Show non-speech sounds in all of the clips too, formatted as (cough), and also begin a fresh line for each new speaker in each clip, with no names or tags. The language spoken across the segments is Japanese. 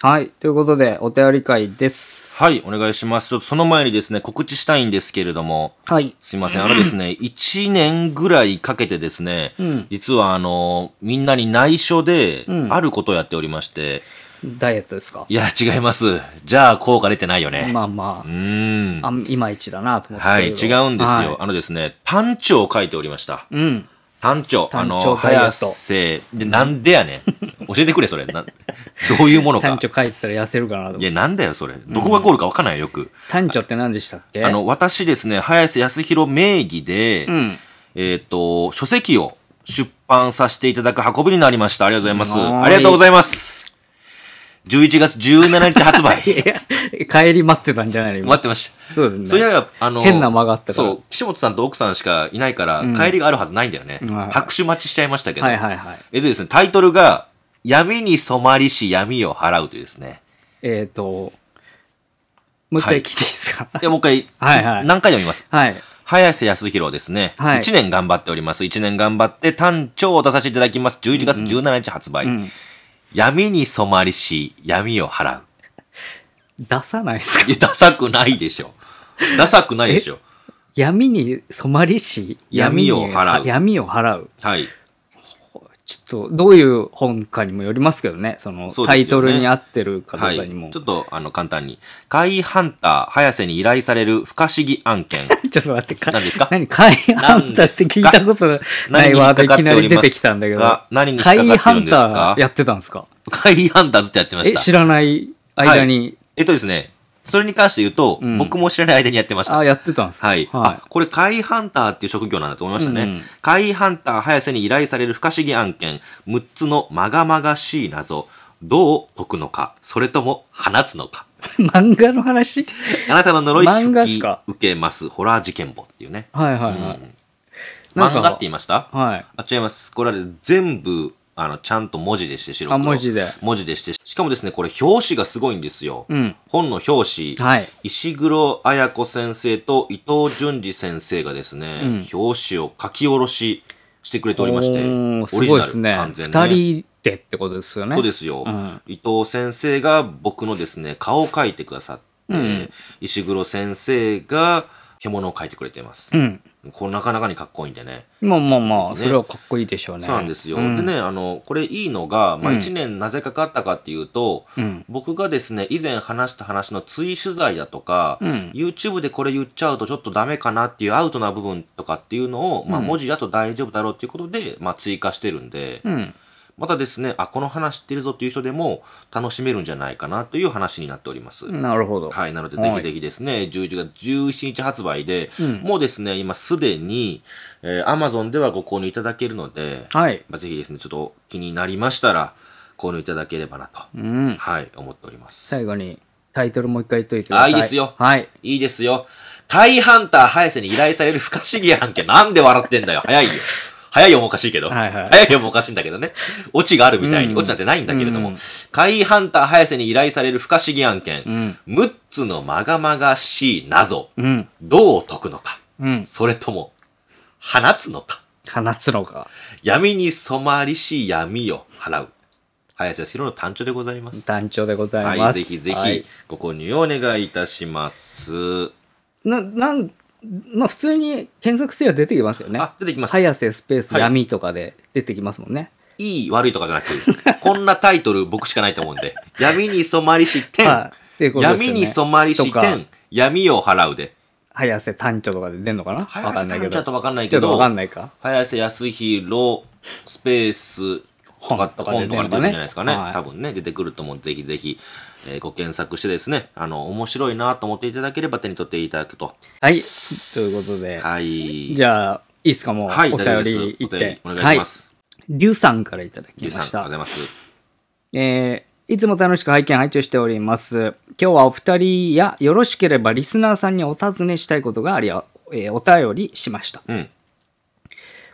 はい。ということで、お便り会です。
はい、お願いします。ちょっとその前にですね、告知したいんですけれども、
はい。
すいません、あのですね、1年ぐらいかけてですね、実はあの、みんなに内緒で、あることをやっておりまして、
ダイエットですか
いや、違います。じゃあ、効果出てないよね。
まあま
うーん。
あ、あんいまいちだなと思ってた
はい、違
け
うんで
ど
すよ。
は
あのですね、パンチョを書いておりました。
いうん。
単調、あ
単調
の、
ダイエ
早
ット
せ、で、なんでやねん。教えてくれ、それ。などういうものか
単。調書いてたら痩せるかなと思っ
い
て。
や、なんだよ、それ。どこがゴールかわかんないよ、よく。
単調って何でしたっけ
あ、の、私ですね、早瀬康弘名義で、
うん。
えーっ、と、書籍を出版させていただく運びになりました。ありがとうございま
は
す。
ーい
ありがとうございます。11月17日発売。
(laughs) いや (laughs) 帰り待ってたんじゃないの今
待ってました。
そうですね。
それは、あの、
変な間があったから
そう、岸本さんと奥さんしかいないから、帰りがあるはずないんだよね。
うん
拍手待ちしちゃいましたけど。
はいはいはい。
えっとですね、タイトルが、闇に染まりし闇を払うというで
(laughs)
すね。
えっ、と、もう一
は
回
い
聞いていいですか
で、もう一回、
はいはい
何回読みます
(laughs) はい。
早瀬康弘ですね。一
はい
1年頑張っております。1年頑張って単調を出させていただきます。11月17日発売。
うん。
闇に染まりし、闇を払う。
出さないですか
いや、ダサくないでしょ。ダサくないでしょ。
闇に染まりし
闇を
に
払う
闇を払う。
はい。
ちょっと、どういう本かにもよりますけどね。その、
そうですよね
タイトルに合ってるかど
は
うかにも。
い。ちょっと、あの、簡単に。怪異ハンター、早瀬に依頼される不可思議案
(laughs)
件。
ちょっと待って、か
何ですか
何、会員ハンターって聞いたことないワードいきなり出てきたんだけど。
何に引っかかっておりま
会員
すか
ハンターやってたんですか
怪異ハンターずっとやってまし
え、
た。
知らない間に、
えっとですね、それに関して言うと、
ん
僕も知らない間にやってました。
あ、やってたんですか
はい、
は
あ、これ、怪異ハンターっていう職業なんだと思いましたね。
うんうん
怪異ハンター、早瀬に依頼される不可思議案件、6つのまがまがしい謎、どう解くのか、それとも放つのか。
い。漫画の話
あなたの呪い
漫画っ
吹
す
き
か
受けます、ホラー事件簿っていうね。
はいはいはい。なん
漫
か
画って言いました
はい。
あ、違います。これはです全部、あの、ちゃんと文字でして、白黒。
あ文字で
文字でして。しかもですね、これ表紙がすごいんですよ。
うん
本の表紙。
はい
石黒彩子先生と伊藤淳二先生がですね、表紙を書き下ろししてくれておりまして、
おーす
オリジ
ごいで
ナル
すね。
完全にね
二人でってことですよね。
そうですよ、
うん
伊藤先生が僕のですね、顔を描いてくださって、
ん
石黒先生が獣を描いてくれてます。
うん。
これなかなかにかっこいいんでね。
まあまあま
そう
あ、
です
そ
ね
れはかっこいいでしょうね。
そうなんですよ。
うん
でね、あの、これいいのが、まあ、
うん
1年なぜかかったかっていうと、
うん
僕がですね、以前話した話の追取材だとか、
うん
YouTube でこれ言っちゃうとちょっとダメかなっていうアウトな部分とかっていうのを、まあ、
うん
文字だと大丈夫だろうっていうことで、まあ、追加してるんで、
うん。
またですね、あ、この話知ってるぞっていう人でも楽しめるんじゃないかなという話になっております。
なるほど。
はい。なので、
はい
ぜひぜひですね、11月17日発売で、
うん
もうですね、今すでに、えー Amazon ではご購入いただけるので、
はい。
まあ、ぜひですね、ちょっと気になりましたら、購入いただければなと、
うん。
はい、思っております。
最後にタイトルもう一回言っといてください。
あいいですよ
はい。
いいですよ。怪ハンター早瀬に依頼される不可思議案件、なんで笑ってんだよ。早いよ。早いよもおかしいけど。
はいはい
早いよもおかしいんだけどね。オチがあるみたいに。
うん
オチなんてないんだけれども。
うん
怪ハンター早瀬に依頼される不可思議案件。
うん。
6つのまがまがしい謎。
うん。
どう解くのか。
うん。
それとも、放つのか。
放つのか。
闇に染まりし闇を払う。早瀬白の単調でございます。
団長でござい
は
ま
い、
す。
ぜひぜ
はい
ひご購入をお願いいたします。
な、なん、まあ普通に検索すれば出てきますよね。
あ、出てきます。
早瀬スペース
はい
闇とかで出てきますもんね。
いい悪いとかじゃなく、 (laughs) こんなタイトル僕しかないと思うんで。闇に染まりし天、
はい。っていうことですよね。
闇に染まりし
とか
天、闇を払うで。
早瀬単調とかで出んのかなわ
早
かん
瀬
ない
さ
け
んちょっと
ど。
わかんない
ちょ
け
っとわか
ど、
んないか。
早瀬康弘、スペース、
本とかで
本とかで出てくるんじゃないですかね。
はい
多分ね、出てくると思うんで、ぜひぜひ、えーご検索してですね、あの、面白いなと思っていただければ手に取っていただくと。
はい。ということで。
はい。
じゃあ、いいですかもう、
はい、
お
大丈夫
便
です
りいっ
お便
て
り。お願いします。
はい。リュウさんからいただきま
ゆうさん、あり
し
がと
た。
うございます。
えーいつも楽しく拝見拝聴しております。今日はお二人やよろしければリスナーさんにお尋ねしたいことがあり、えーお便りしました。
うん。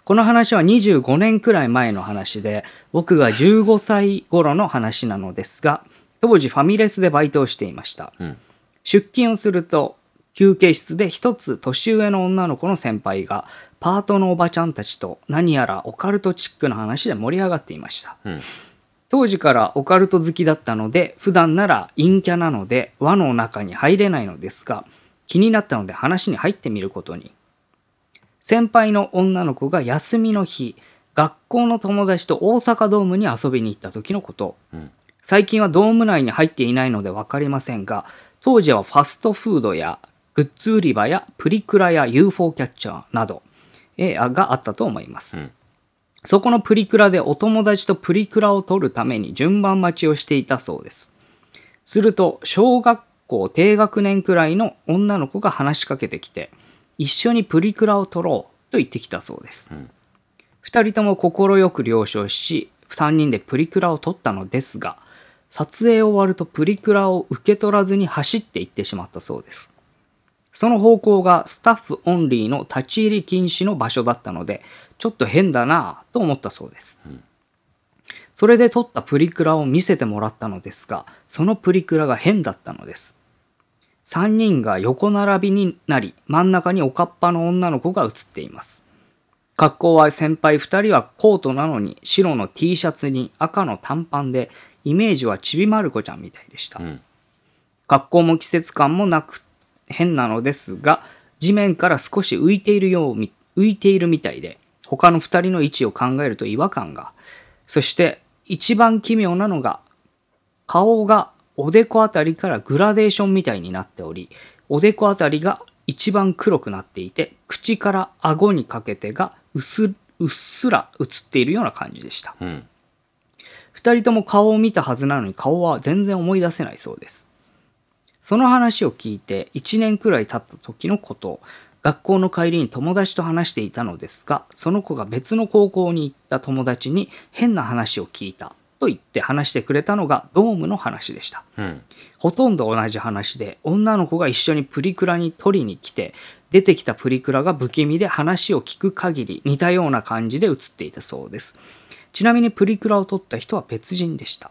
この話は25年くらい前の話で、僕が15歳頃の話なのですが、当時ファミレスでバイトをしていました。
うん。
出勤をすると休憩室で一つ年上の女の子の先輩がパートのおばちゃんたちと何やらオカルトチックな話で盛り上がっていました
うん。
当時からオカルト好きだったので、普段なら陰キャなので輪の中に入れないのですが、気になったので話に入ってみることに。先輩の女の子が休みの日、学校の友達と大阪ドームに遊びに行った時のこと。
うん。
最近はドーム内に入っていないので分かりませんが、当時はファストフードやグッズ売り場やプリクラや UFO キャッチャーなど、えーがあったと思います。
うん
そこのプリクラでお友達とプリクラを撮るために順番待ちをしていたそうです。すると、小学校低学年くらいの女の子が話しかけてきて、一緒にプリクラを撮ろうと言ってきたそうです。
うん
二人とも快く了承し、三人でプリクラを撮ったのですが、撮影終わるとプリクラを受け取らずに走っていってしまったそうです。その方向がスタッフオンリーの立ち入り禁止の場所だったので、ちょっと変だなぁと思ったそうです。それで撮ったプリクラを見せてもらったのですが、そのプリクラが変だったのです。3人が横並びになり、真ん中におかっぱの女の子が写っています。格好は先輩2人はコートなのに白の T シャツに赤の短パンで、イメージはちびまる子ちゃんみたいでした。
うん。
格好も季節感もなく変なのですが地面から少し浮いているようみ浮いているみたいで他の2人の位置を考えると違和感がそして一番奇妙なのが顔がおでこあたりからグラデーションみたいになっておりおでこあたりが一番黒くなっていて口から顎にかけてがうすうっすら映っているような感じでした
うん。
二人とも顔を見たはずなのに顔は全然思い出せないそうです。その話を聞いて1年くらい経った時のこと、学校の帰りに友達と話していたのですが、その子が別の高校に行った友達に変な話を聞いたと言って話してくれたのがドームの話でした。
うん。
ほとんど同じ話で、女の子が一緒にプリクラに取りに来て、出てきたプリクラが不気味で話を聞く限り似たような感じで写っていたそうです。ちなみにプリクラを撮った人は別人でした。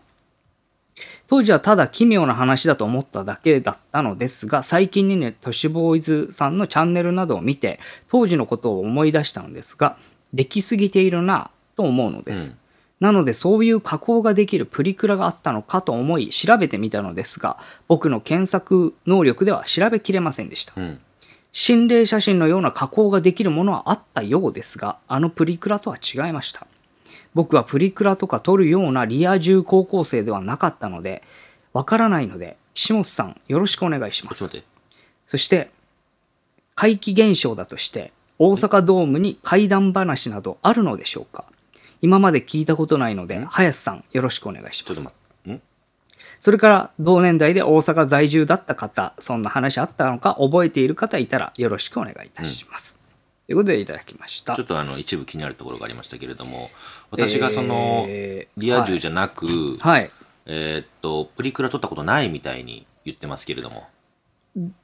当時はただ奇妙な話だと思っただけだったのですが、最近にね、都市ボーイズさんのチャンネルなどを見て、当時のことを思い出したのですが、できすぎているなぁと思うのです。
うん
なので、そういう加工ができるプリクラがあったのかと思い、調べてみたのですが、僕の検索能力では調べきれませんでした。
うん。
心霊写真のような加工ができるものはあったようですが、あのプリクラとは違いました。僕はプリクラとか撮るようなリア充高校生ではなかったので、わからないので、岸本さんよろしくお願いしま
ちょっ
す
と待。って。
そして、怪奇現象だとして、大阪ドームに怪談話などあるのでしょうか今まで聞いたことないので、林さんよろしくお願いし
ち
ま
ょっと
す
待。って。ん
それから同年代で大阪在住だった方、そんな話あったのか覚えている方いたらよろしくお願いいたします。ということでいただきました
ちょっ。とあの、一部気になるところがありましたけれども、私がその、
えー
リア充じゃなく、
はい、はい
えーっと、プリクラ撮ったことないみたいに言ってますけれども、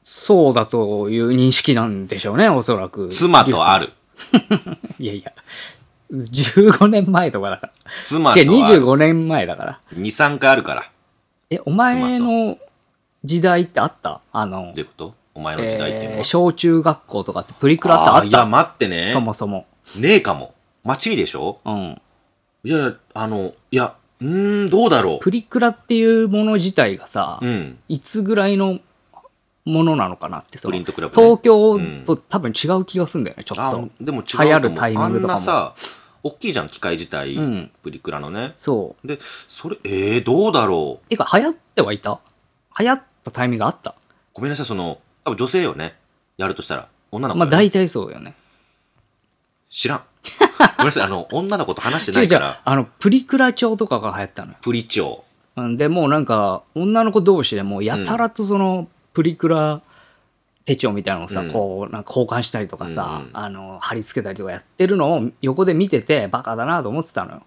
そうだという認識なんでしょうね、おそらく。
妻とあ
る。
る。
いやいや。15年前とかだか
妻
ら。
と
違
あ
う、
る。
25年前だから。
2、3回あるから。
え、お前の時代ってあったあの
どう、いうことお前の時代っていうの
え
は。
ー小中学校とかってプリクラってあ
ー
っ
いや、
た
待ってね。
そもそも。
ねえかも。街でしょ
うん。
いや、あの、いや、うーん、どうだろ
プリクラっていうもの自体がさ、
う。うん。
いつぐらいのものなのかなって、その
プリントクラブね
東京と多分違う気がするんだよね、ちょっ
あ
と。
でも違うと
流
思う
行るタイミングとかも
あんなさ、大きいじゃん、機械自体。
うん
プリクラのね。
そう。
で、それ、えー、どうだろう。
てか、流行ってはいた流行ったタイミングがあった。
ごめんなさい、その、多分女性よね。やるとしたら。女の子、
ま
ね。
あ、大体そうよね。
知らん。ごめんなさい、あの、女の子と話して
違
な
う
い
違
か
う (laughs)
ら、、
あの、プリクラ帳とかが流行ったのよ。
プリチョ
うんで、もうなんか、女の子同士でもうやたらとその、プリクラ手帳みたいなのをさ、
うん
こう、なんか交換したりとかさ、
うんうん
あの、貼り付けたりとかやってるのを横で見てて、バカだなと思ってたのよ。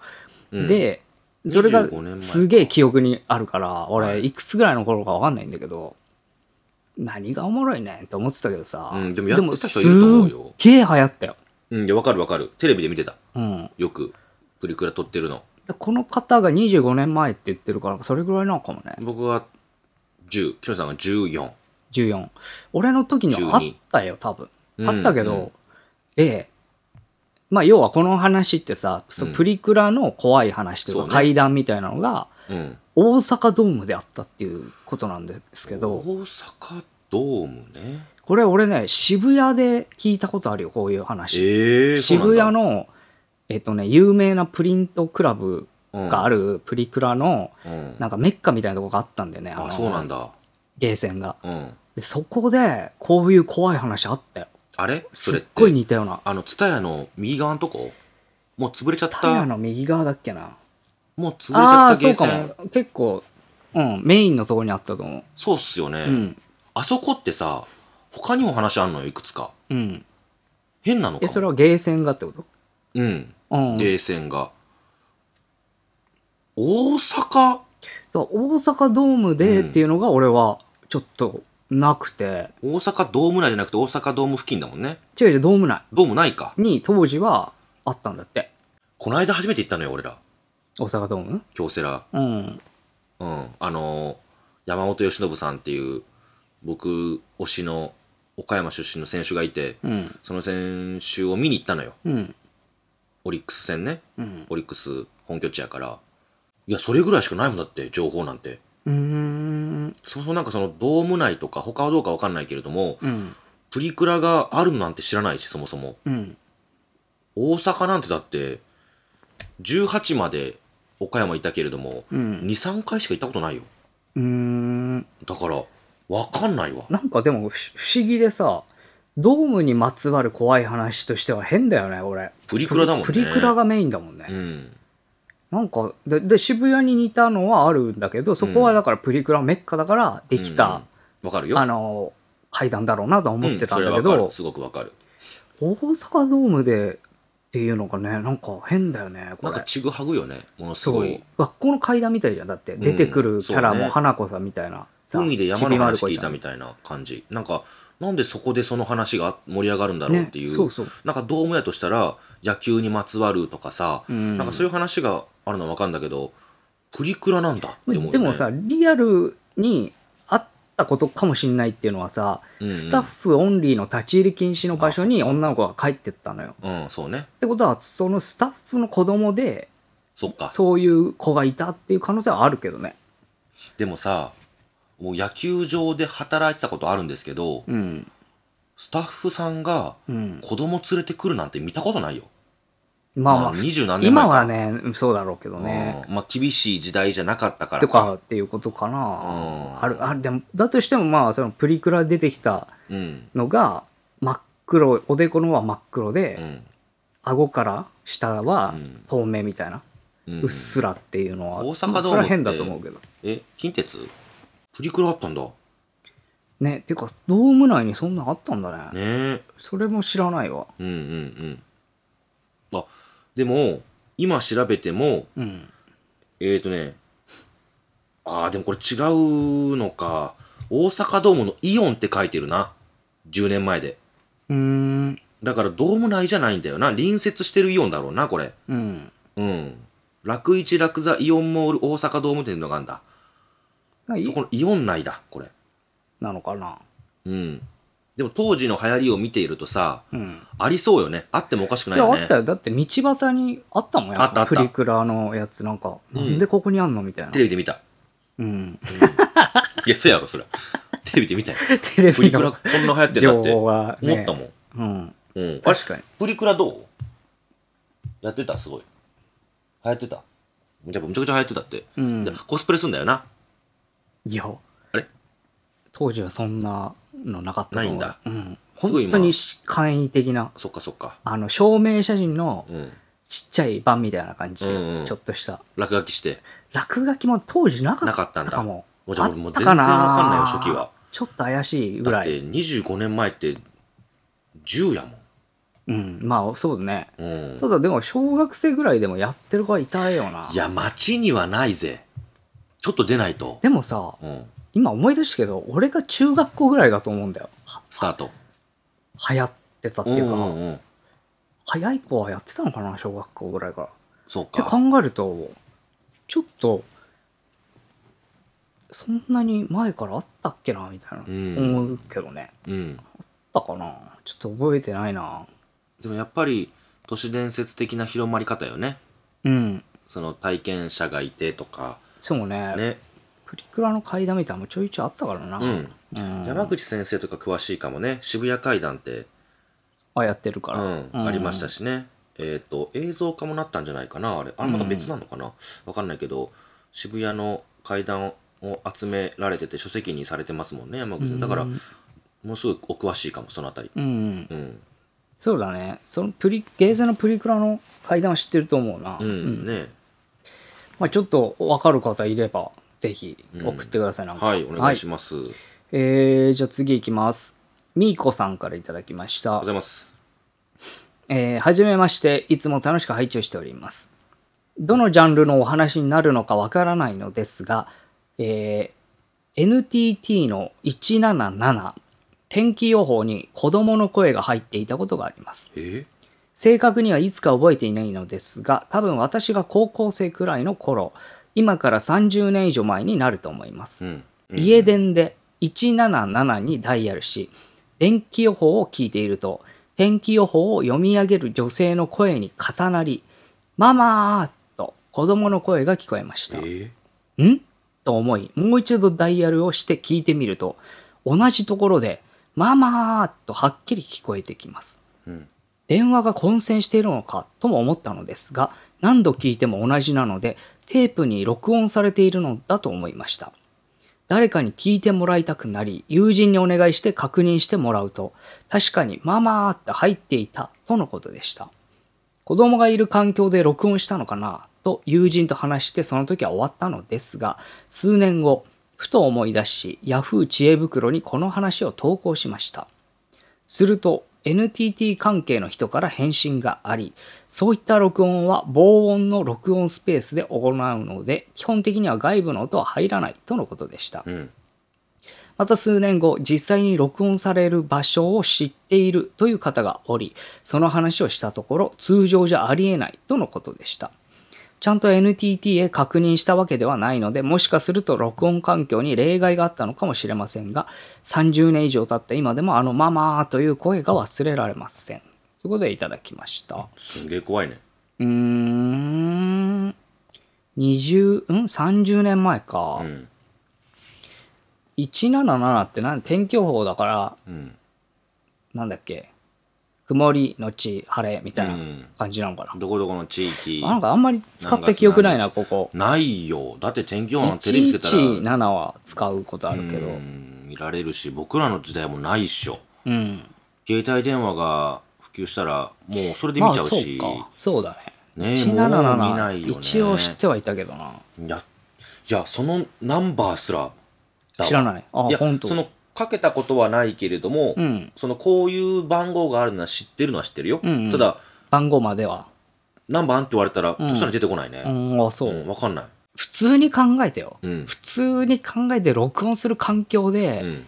うん
で、それが
25年前
すげえ記憶にあるから、
は
俺、
い
いくつぐらいの頃かわかんないんだけど、何がおもろいねんって思ってたけどさ、
うんでもやってた人いると思うよ
でもすっげえ流行ったよ。
うん、いや、わかるわかる。テレビで見てた。
うん。
よく、プリクラ撮ってるの。
でこの方が25年前って言ってるから、それぐらいなのかもね。
僕は10、キロさんが14。
14。俺の時にはあったよ、多分。
うん
あったけど、
うん
で、まあ要はこの話ってさ、そう
うん
プリクラの怖い話という
そ
か
うね
怪談みたいなのが
うん。
大阪ドームであったっていうことなんですけ
大
ど、
阪ドームね。
これ俺ね、渋谷で聞いたことあるよ、こういう話。
ええ
渋谷の、えっとね、有名なプリントクラブがあ
る。
るプリクラの、
うん。
なんかメッカみたいなとこがあったんだよね。の
あ、そうなんだ。
ゲーセンが。
うん。
で、そこで、こういう怖い話あったよ。
あれそ
す
れ
っ
って。
ごい似たような。
あの、ツタヤの右側のとこもう潰れちゃっ
タイヤ
た。
の右側だっけな。
もう潰れち
あ
ゃ
あー、
った
そ
ゲ
う
ーセ
か
ン。
も。結構、うん、メインのところにあったと思う。
そうっすよね、
うん。
あそこってさ、他にも話あんのよ、いくつか。
うん。
変なのか
え、
も。
それはゲーセンがってこと
うん。
うん。
ゲーセンが。大阪
だから大阪ドームでっていうのが俺はちょっとなくて、
大阪ドーム内じゃなくて大阪ドーム付近だもんね。
違う違う、ドーム内
ドームないか。
に当時はあったんだって。
この間初めて行ったのよ、俺ら。
大阪ドーム
京セラ。
うん。
うん。あのー山本由伸さんっていう、僕、推しの、岡山出身の選手がいて、
うん。
その選手を見に行ったのよ。
うん。
オリックス戦ね。
うん。
オリックス本拠地やから。いや、それぐらいしかないもんだって、情報なんて。
うーん。
そもそもなんかその、ドーム内とか、他はどうかわかんないけれども、
うん。
プリクラがあるなんて知らないし、そもそも。
うん。
大阪なんてだって、18まで岡山いたけれども、
うん。
2、3回しか行ったことないよ。
うーん。
だから、わかんないわ。
なんかでも不不思議でさ、ドームにまつわる怖い話としては変だよね、俺。
プリクラだもんね。
プリクラ。がメインだもんね。
うん。
なんかで、で、渋谷に似たのはあるんだけど、そこはだからプリクラメッカだからでき
うんうん
た、
わかるよ。
あの、階段だろうなとは思ってたんだけ
うそれはわか
ど
る、すごくわかる。
大阪ドームでっていうのがね、なんか変だよね、
な
こ
んか
れ。
ちぐはぐよね。ものす
そ
ご
う
い。。
学校の階段みたいじゃん。だって、出てくるキャ
う
ラ
んそう
も
ね
花子さんみたいな。さ
海で山
ちび
の
まる
話
子
聞
ち
い
ゃ
た
ん
みたいな感じ。なんか、なんでそこでその話が盛り上がるんだろうっ
ね
ていう。
そうそう。
なんかドームやとしたら、野球にまつわるとかさ、
うん
なんかそういう話があるのはわかるんだけど、プリクラなんだって思うよ、ね。
でもさ、リアルにあったことかもしれないっていうのはさ、
うんうん
スタッフオンリーの立ち入り禁止の場所に
あそっか
女の子が帰ってったのよ。
うん、そうね。
ってことは、そのスタッフの子供で、
そっか。
そういう子がいたっていう可能性はあるけどね。
でもさ、もう野球場で働いてたことあるんですけど、
うん。
スタッフさんが
うん。
子供連れてくるなんて見たことないよ。
まあまあ、
二十何年前
今
か
はね、そうだろうけどね。
うんまあ厳しい時代じゃなかったから
とかっていうことか
う
な。
ん
ある、ある、でも、だとしてもまあ、そのプリクラ出てきた
うん
のが、真っ黒、おでこの方は真っ黒で、
うん
顎から下は
うん
透明みたいな、
う
うんっすらっていうのは、
大阪ドームって
それは変だと思うけど。
え近鉄プリクラあったんだね
ね、てか、ドーム内にそんなのあったんだね。
え
それも知らないわ。
うんうんうんあでも今調べても
うん。
えっ、ー、とねあーでもこれ違うのか大阪ドームのイオンって書いてるな10年前で
うーん。
だからドーム内じゃないんだよな隣接してるイオンだろうなこれ
うん。
うん楽一楽座イオンモール大阪ドーム店のがあるんだ
なんかい
そこのイオン内だこれ
なのかな。
うん。でも当時の流行りを見ているとさ、
うん。
ありそうよね。あってもおかしくない
いや、
よ
あ
ね。
ったよ。だって道端にあったもんやっぱ
あったあった
プリクラのやつなんか、
うん
なんでここにあんのみたいな
テ。レビで見た。
うん。
いや、そうやろ、それ。テレビで見たよ。
テレ
プリ
ビ
クラ
の
こんな流行ってんだ
(laughs) 情
って
報が、ね。
思ったもん。
うん。
うん。あれ
確かに。
プリクラどうやってたすごい。流行ってた。むちゃくちゃ流行ってたって。
うん
でコスプレすんだよな。
いや。
あれ
当時はそんなのなかったと思う
ないんだ。
うん。
すごい
本
今
当に簡易的な、
そっかそっか。
あの、証明写真の
うん。
ちっちゃい版みたいな感じ。
うんうん
ちょっとした。
落書きして。
落書きも当時なか
なか
っ
ったん
た
だ。
か
も
も。
うじゃあ俺もう全然
あ
わ
った
かんないよ、初期は。。
ちょっと怪しいぐ
だっ
ら
て
い。
25年前って10や
うん。まあ、そうだね。
もん。うん。
た。だでも小学生ぐらいでもやってる子はいたよない
や、街にはないぜ。ちょっと出ないと。
でもさ、
うん。
今思い出したけど、俺が中学校ぐらいだと思うんだよ。は
スタート。
流行ってたっていうか、
うんうんうん
早い子はやってたのかな、小学校ぐらいから。っ
そう
て
か。
考えると、ちょっと、そんなに前からあったっけな、みたいな、
うん
思うけどね。
うん。
あったかなちょっと覚えてないな。
でもやっぱり、都市伝説的な広まり方よね。
うん。
その体験者がいてとか、
そうね。
ね。
プリクラの階段みたいなのもちょいちょいあったからな。
うん。
うん
山口先生とか詳しいかもね。渋谷階段って、
あ、やってるか
う
ら。
ん、ありましたしね。えっ、と、映像化もなったんじゃないかな、あれ。あれまた別なのかな、わかんないけど、渋谷の階段を集められてて、書籍にされてますもんね、山口先生。だから、ものすごくお詳しいかも、そのあたり。
うん。うん。
うん。
そうだね。そのプリ、ゲーセンのプリクラの階段は知ってると思うな。
うん、ね
まあちょっとわかる方いれば、ぜひ送ってください、なんか。
はい、お願いします。ありがと
えー、じゃあ次行きます。みーこさんからいただきまし
う
た
ござ。います。
えーはじめまして、いつも楽しく拝聴しております。どのジャンルのお話になるのかわからないのですが、えー NTT の177、天気予報に子供の声が入っていたことがあります。
え
正確にはいつか覚えていないのですが、多分私が高校生くらいの頃、今から30年以上前になると思います
う。ん。
家電で177にダイヤルし、電気予報を聞いていると、天気予報を読み上げる女性の声に重なり、ママーと子供の声が聞こえました。
え
んと思い、もう一度ダイヤルをして聞いてみると、同じところで、ママーとはっきり聞こえてきます。
うん。
電話が混戦しているのかとも思ったのですが、何度聞いても同じなので、テープに録音されているのだと思いました。誰かに聞いてもらいたくなり、友人にお願いして確認してもらうと、確かにママーって入っていたとのことでした。子供がいる環境で録音したのかなと友人と話してその時は終わったのですが、数年後、ふと思い出し、Yahoo 知恵袋にこの話を投稿しました。すると NTT 関係の人から返信があり、そういった録音は防音の録音スペースで行うので、基本的には外部の音は入らないとのことでした
う。ん。
また数年後、実際に録音される場所を知っているという方がおり、その話をしたところ、通常じゃありえないとのことでした。ちゃんと NTT へ確認したわけではないので、もしかすると録音環境に例外があったのかもしれませんが、30年以上経った今でもあのママーという声が忘れられません。ということでいただきました。
すんげえ怖いね。
うーん、20、うん ?30 年前か。
うん。
177ってなん天気予報だから、
うん。
なんだっけ曇りのち晴れみたいうなん感じなのかな、
どこどこの地域。
なんかあんまり使った記憶ないな、ここ。
ないよ。だって天気予報なんてテレビつけたら。
117は使うことあるけど。
う
うん
見られるし、僕らの時代もないっしょ。
ん。
携帯電話が普及したら、もうそれで
ま
見
あ
ちゃう
そう
し。
か。そうだね。
ねえ、もう見ないよ
177、
ね。
一応知ってはいたけどな。
いや、いや、そのナンバーすらだわ
知らない。あ、
いや、
本当。
その、かけたことはないけれども、
うん。
その、こういう番号があるのは知ってるのは知ってるよ。
うんうん
ただ、
番号までは。
何番って言われたら、
うん
そしたら出てこないね。
うん、あ、そう。
うんわかんない。
普通に考えてよ。
うん。
普通に考えて録音する環境で、
うん。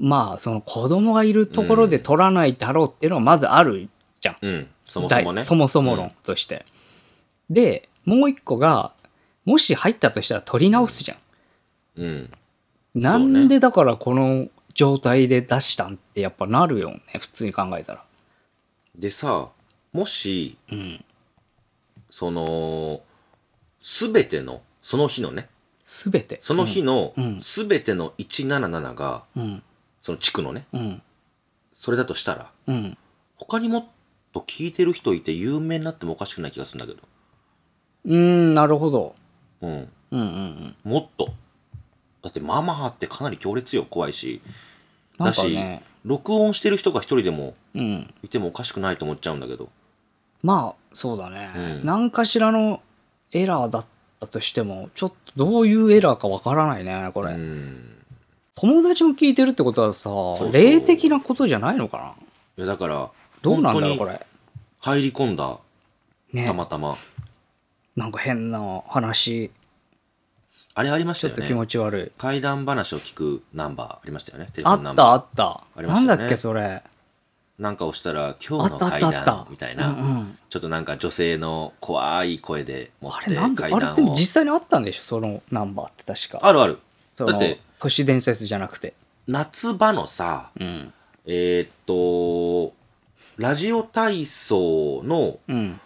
まあ、その子供がいるところで撮らないだろうっていうのはまずあるじゃん。
うん。そもそもね。
だいそもそも論として。で、もう一個が、もし入ったとしたら取り直すじゃん。
うん。
な
そうんね
でだからこの状態で出したんってやっぱなるよね、普通に考えたら。
でさ、もし、
うん。
その、すべての、その日のね、
すべて。
その日の
うんう、ん
すべての177が、
うん。
その地区のね、
うん。
それだとしたら、
うん。
他にもっと聞いてる人いて有名になってもおかしくない気がするんだけど。
うん、なるほど。
うん。
うんうんうん。
もっと。だって、ママってかなり強烈よ、怖いし。
な
だ
んか
し、
ね、
録音してる人が一人でも
うん。
いてもおかしくないと思っちゃうんだけど。
まあ、そうだね。
うん
何かしらのエラーだったとしても、ちょっとどういうエラーかわからないね、こ
う
れ。
ん。
友達も聞いてるってことはさ
そう、
霊的なことじゃないのかない
や、だから、
どうなんだろう、
本当
こ
に
れ。
入り込んだ、
ね
た。またま。
なんか変な話、
あれありまし
ち
た
ょっと
よ
気持
ね。
ち悪い。
怪談話を聞くナンバーありましたよね。テレ
あ
フォンナ
っ
ン
たあ
バ
った。
ありま
な
し
ん
たよね
だっけ、それ。
ー。なんか押したら、
あ
今日
っ
の
たあっ
怪
たあった
談。みたい
うんう
な。
ん
ちょっとなんか女性の怖い声で持っ
あ
て
れなんだ
怪
あれ
談
でも
を。
実際にあったんでしょ、そのナンバーって確か。
あるある。
その
だって
都市伝説じゃなくて。
夏場のさ、
うん。
えーっと、ラジオ体操の
うん。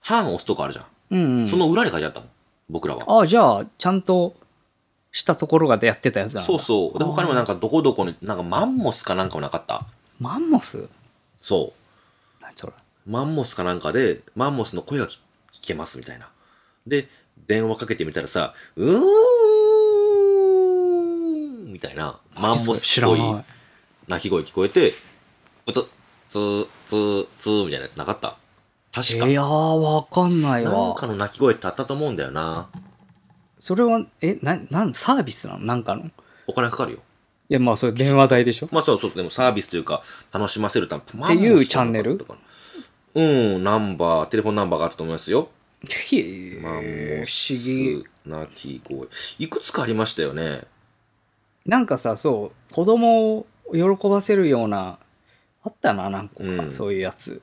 半押すとこあるじゃん。
うん、うん。
その裏に書いてあったもん。僕らは。
ああ、じゃあ、ちゃんとしたところがやってたやつだ
そうそう。で、他にもなんかどこどこに、なんかマンモスかなんかもなかった。
う。マンモス
そう。
何それ。
マンモスかなんかで、マンモスの声が聞聞けますみたいな。で、電話かけてみたらさ、うーんみたいな、マンモス
知
っ
ら
ぽい
ない。
鳴き声聞こえて、プツッ、ツー、ツー、ツーみたいなやつなかった。確か。
いやー、わかんない
なん
わ。
かの鳴き声ってあったと思うんだよな。
それは、え、な、なん、サービスなのなんかの。い
お金かかるよ。
や、まあ、それ電話代でしょ
まあそうそう、でもサービスというか、楽しませるため。って
いうチャンネル
うん、ナンバー、テレフォンナンバーがあると思いますよ。
へえ、不
マンモ
思議。
ス、鳴き声。いくつかありましたよね。
なんかさ、そう、子供を喜ばせるような、あったな、なんか、
うん
そういうやつ。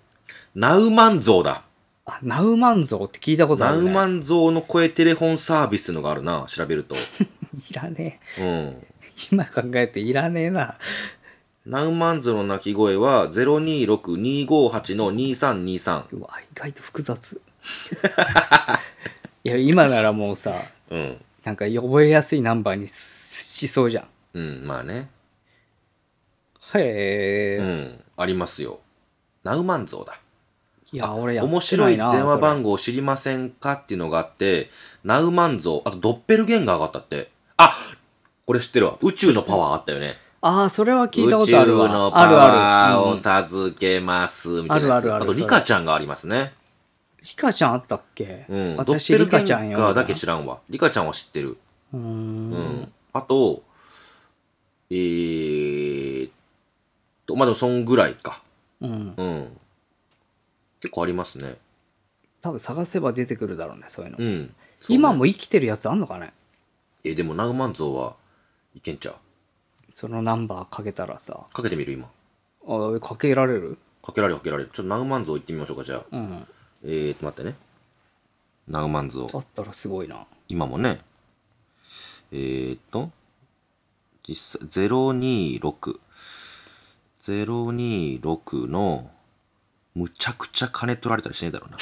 ナウマンゾウだ。
あ、ナウマンゾウって聞いたことあ
ナ
る、
ウ
ね。
マンゾウの声テレフォンサービスってのがあるな、調べ
(laughs)
ると。
いらね
うん。
え。今考えていらねえな。
ナウマンゾウの鳴き声は026258-2323。
うわ、意外と複雑。
(laughs)
いや、今ならもうさ、
うん。
なんか覚えやすいナンバーにしそうじゃん。
うん、まあね。
へえ、
うん、ありますよ。ナウマンゾウだ。
いや、俺やってないな。
面白い電話
それ
番号知りませんかっていうのがあって、ナウマンゾウ、あとドッペルゲンガーがあったって。あこれ知ってるわ。宇宙のパワーあったよね。
ああ、それは聞いた
宇
こと
宙
あるわ。
の
あ
パ
るあ
ワー
る。う
を
ん
授けます、みたいなやつ。
あるあるある
と、リカちゃんがありますね。
リカちゃんあったっけ、
うん。ドッ
私、
ペ
リ
ル
カ
ゲ
ちゃん
ン
よ。
ガーだけ知らんわ。リカちゃんは知ってる。
うー
うん。
ん。
あと、えーっと、まあ、でもそんぐらいか。
うん。
うん。結構ありますね。
多分探せば出てくるだろうね、そういうの。
うん。そうね
今も生きてるやつあんのかね
えーでもナウマンゾウはいけんちゃう。
そのナンバーかけたらさ。
かけてみる今。
あかけられる
かけられるかけられる。ちょっとナウマンゾウ行ってみましょうか、じゃあ。
うん。
えーっと、待ってね。ナウマンゾ
あ
ウ。
ったらすごいな。
今もね、えー、っと、実際、026。026の、むちゃくちゃ金取られたりしねえ
(laughs)
だろうな。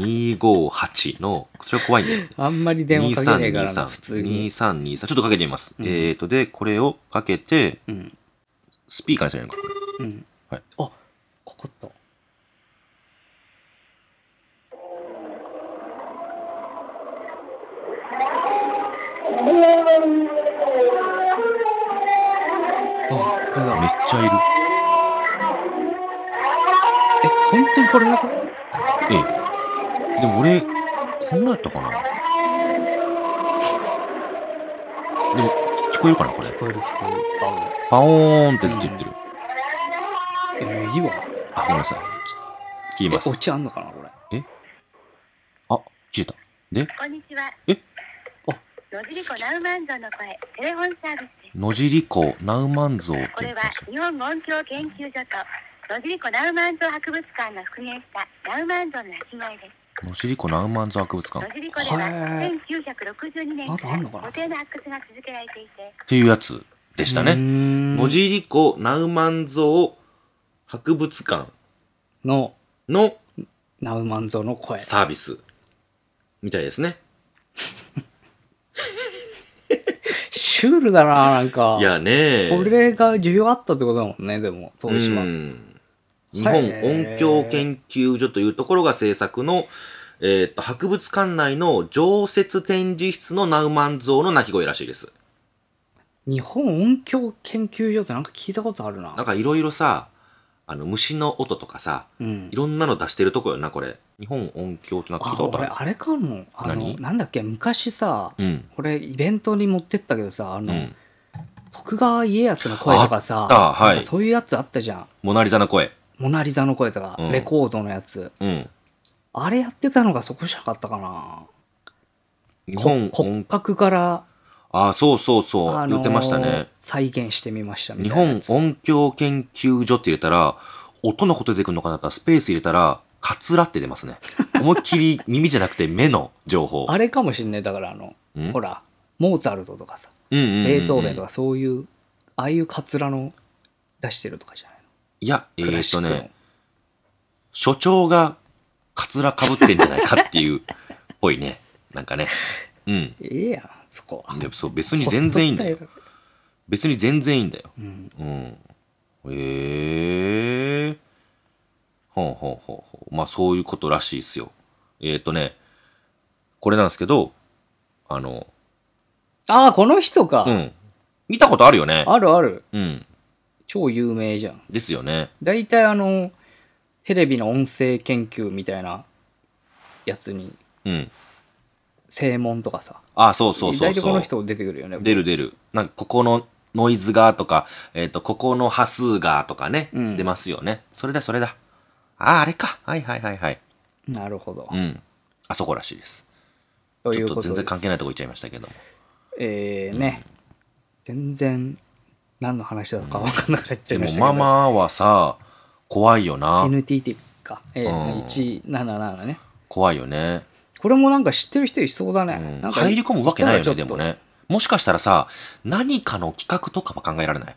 258の、それは怖いんだよ。
あんまり電話かけねえからな、普通に。
2323ちょっとかけてみます。えー、っと、で、これをかけて、
うん。
スピーカーにしないのか。
うん。
はい。
あかかった。あ、これ
め
だ。
っちゃいる。
え、本当にこれだ
ええ。でも俺、こんなやったかなでも、聞こえるかなこれ。
これ聞こえ
パオーンってずっと言ってる。
る。え、もういいわ。
あ、ごめんなさい。き切り
え、
ます
オ。チあんのかな、これ。
あ、切れた。で、
こんにちは。
え
あ
野尻湖ナウマンゾウの声、テレフォンサービスです。
野尻湖ナウマンゾウって
こ
言
れ
ってま
は
すよ
日本音響研究所と野尻湖ナウマンゾウ博物館が復元したナウマンゾウの鳴き声です。
野尻湖ナウマンゾウ博物
野
館っ
尻湖では
へ
1962年
ま
か
だあ
ら
んのかな
固定の発掘が続けられていて、
ていうやつで
で
したね。
文
野尻湖ナウマンゾウ博物館
の
の
ナウマンゾの声。
サービスみたいですね。
シュールだな、なんか。
いやね
これが需要あったってことだもんね、でも、当時は。
うん日本音響研究所というところが制作の、えーっと博物館内の常設展示室のナウマンゾウの鳴き声らしいです。
日本音響研究所ってなんか聞いたことあるな。
なんかいろいろさ、あの虫の音とかさ、
うん
い。ろんなの出してるとこよな、これ。日本音響ってなんか聞い
あ、
たこと
俺、
あ
あれかも。あの、
何
なんだっけ、昔さ、
る。うん。
これ、イベントに持ってったけどさ、あ
う
の、
ん。
徳川家康の声とか
あ
さ
っ、た、は
なん
い
か。そういうやつあったじゃん。
モナリザの声。
モナリザの声とか、
うん
レコードのやつ。
うん。
あれやってたのがそこじゃなかったかな。
日本
こ骨
音、
格から、
ああ、そうそうそう、
あのー
言ってましたね。
再現してみましたみ
日
たいなや
本
つ。
音響研究所って入れたら、音のこと出てくるのかなと思ったらスペース入れたら、カツラって出
(laughs)
ますね。思いっきり耳じゃなくて目の情報。
あれかもしんねだからあの、
うん
ほら、モーツァルトとかさ、
うんうんうんうん
ベートーベンとかそういう、ああいうカツラの出してるとかじゃない
いや、え
の。クラ
ーっ
シッ
と
クの
ね、所長がカツラ被ってんじゃないかっていう、ぽ
(laughs)
いね。なんかね。うん。
ええやん、そこは。
でもそう、別に全然いいんだよ。
ほっとったよ。
別に全然いいんだよ。
うん。
うん。へえ。ほうほうほうほう。まあそういうことらしいですよ。えっ、ー、とね、これなんですけど、あの、
ああ、この人か。
うん。見たことあるよね。
あるある。
うん。
超有名じゃん。
ですよね。
大体あの、テレビの音声研究みたいなやつに、
うん。
正門とかさ。
あ、そうそうそう
大体
そう。
この人出てくるよね。
出る出る。なんかここのノイズがとか、えっ、と、ここの波数がとかね、
うん
出ますよね。それだそれだ。あ、あれか。はいはいはいはい。
なるほど。
うん。あそこらしいです。
とい
ちょ
うこ
っ
ととです
全然関係ないとこ行っちゃいましたけど。
えー、ね、全然何の話だか分かんなくなっちゃい
で
ましたけ
も
ど、
ママはさ、怖いよな。
NTT か、え
うん
ー、177ね
怖いよね。
これもなんか知ってる人いそうだね、
うん
なんか
入り込むわけないよ
そ
ね、
した
で
らちょっ
も
と
ね。もしかしたらさ、何かの企画とかは考えられない。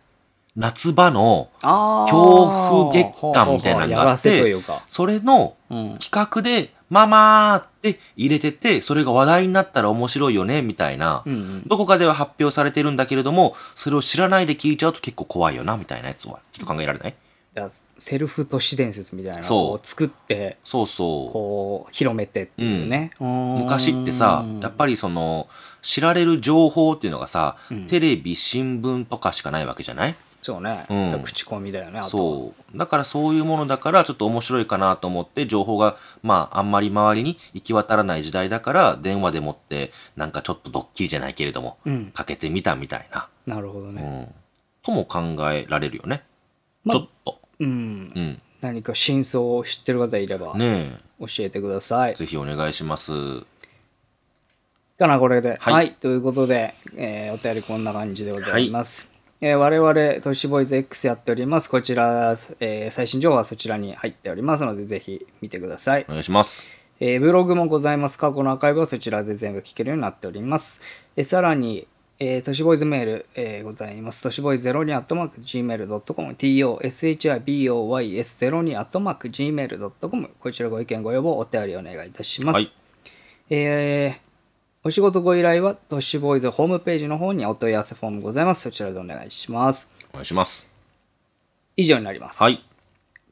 夏場の、
あー
強風月間みたいなのがあって
ほうほうほうやらせというか、
それの
うん、
企画で、ママーって入れてて、それが話題になったら面白いよね、みたいな
うんう。ん
どこかでは発表されてるんだけれども、それを知らないで聞いちゃうと結構怖いよな、みたいなやつは。ちょっと考えられない
だからセルフ都市伝説みたいなの
そう
をこう作って
そうそ
こう広めてっていうね、
う。昔ってさ、やっぱ
り
りその、知られる情報っていうのがさ、
うん
テレビ、新聞とかしかないわけじゃない
そうね、
うん
だから口コミだよねあと
そう。だからそういうものだから、ちょっと面白いかなと思って、情報が、まあ、あんまり周りに行き渡らない時代だから、電話でもって、なんかちょっとドッキリじゃないけれども、
う、うん、
かけてみたみたいな。
なるほど
う
ね、
ん。とも考えられるよね。
ま
ち
あ
ょっと。
うん
うん。
何か真相を知ってる方いれば
ね
教えてください。
え。ぜひお願いします。
かな、これで。は、
はいい
ということで、えーお便りこんな感じでございます。えー我々、都市ボーイズ X やっております。こちら、えー最新情報はそちらに入っておりますので、ぜひ見てください
お。願いします。
えーブログもございます。過去のアーカイブはそちらで全部聞けるようになっております。えーさらに、えー、都市ボーイズメール、えーございます。都市ボーイズ02アットマーク gmail.com、toshiboys02 アットマーク gmail.com、こちらご意見、ご要望、お便りお願いいたします。
はい
えーお仕事ご依頼は、都市ボーイズホームページの方にお問い合わせフォームございます。そちらでお願いします。
お願いします。
以上になります。
はい。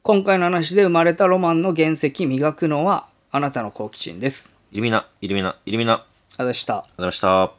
今回の話で生まれたロマンの原石、磨くのは、あなたの好奇心です。
イルミナ、イルミナ、イルミナ。ありがとう
あざした。
ございました。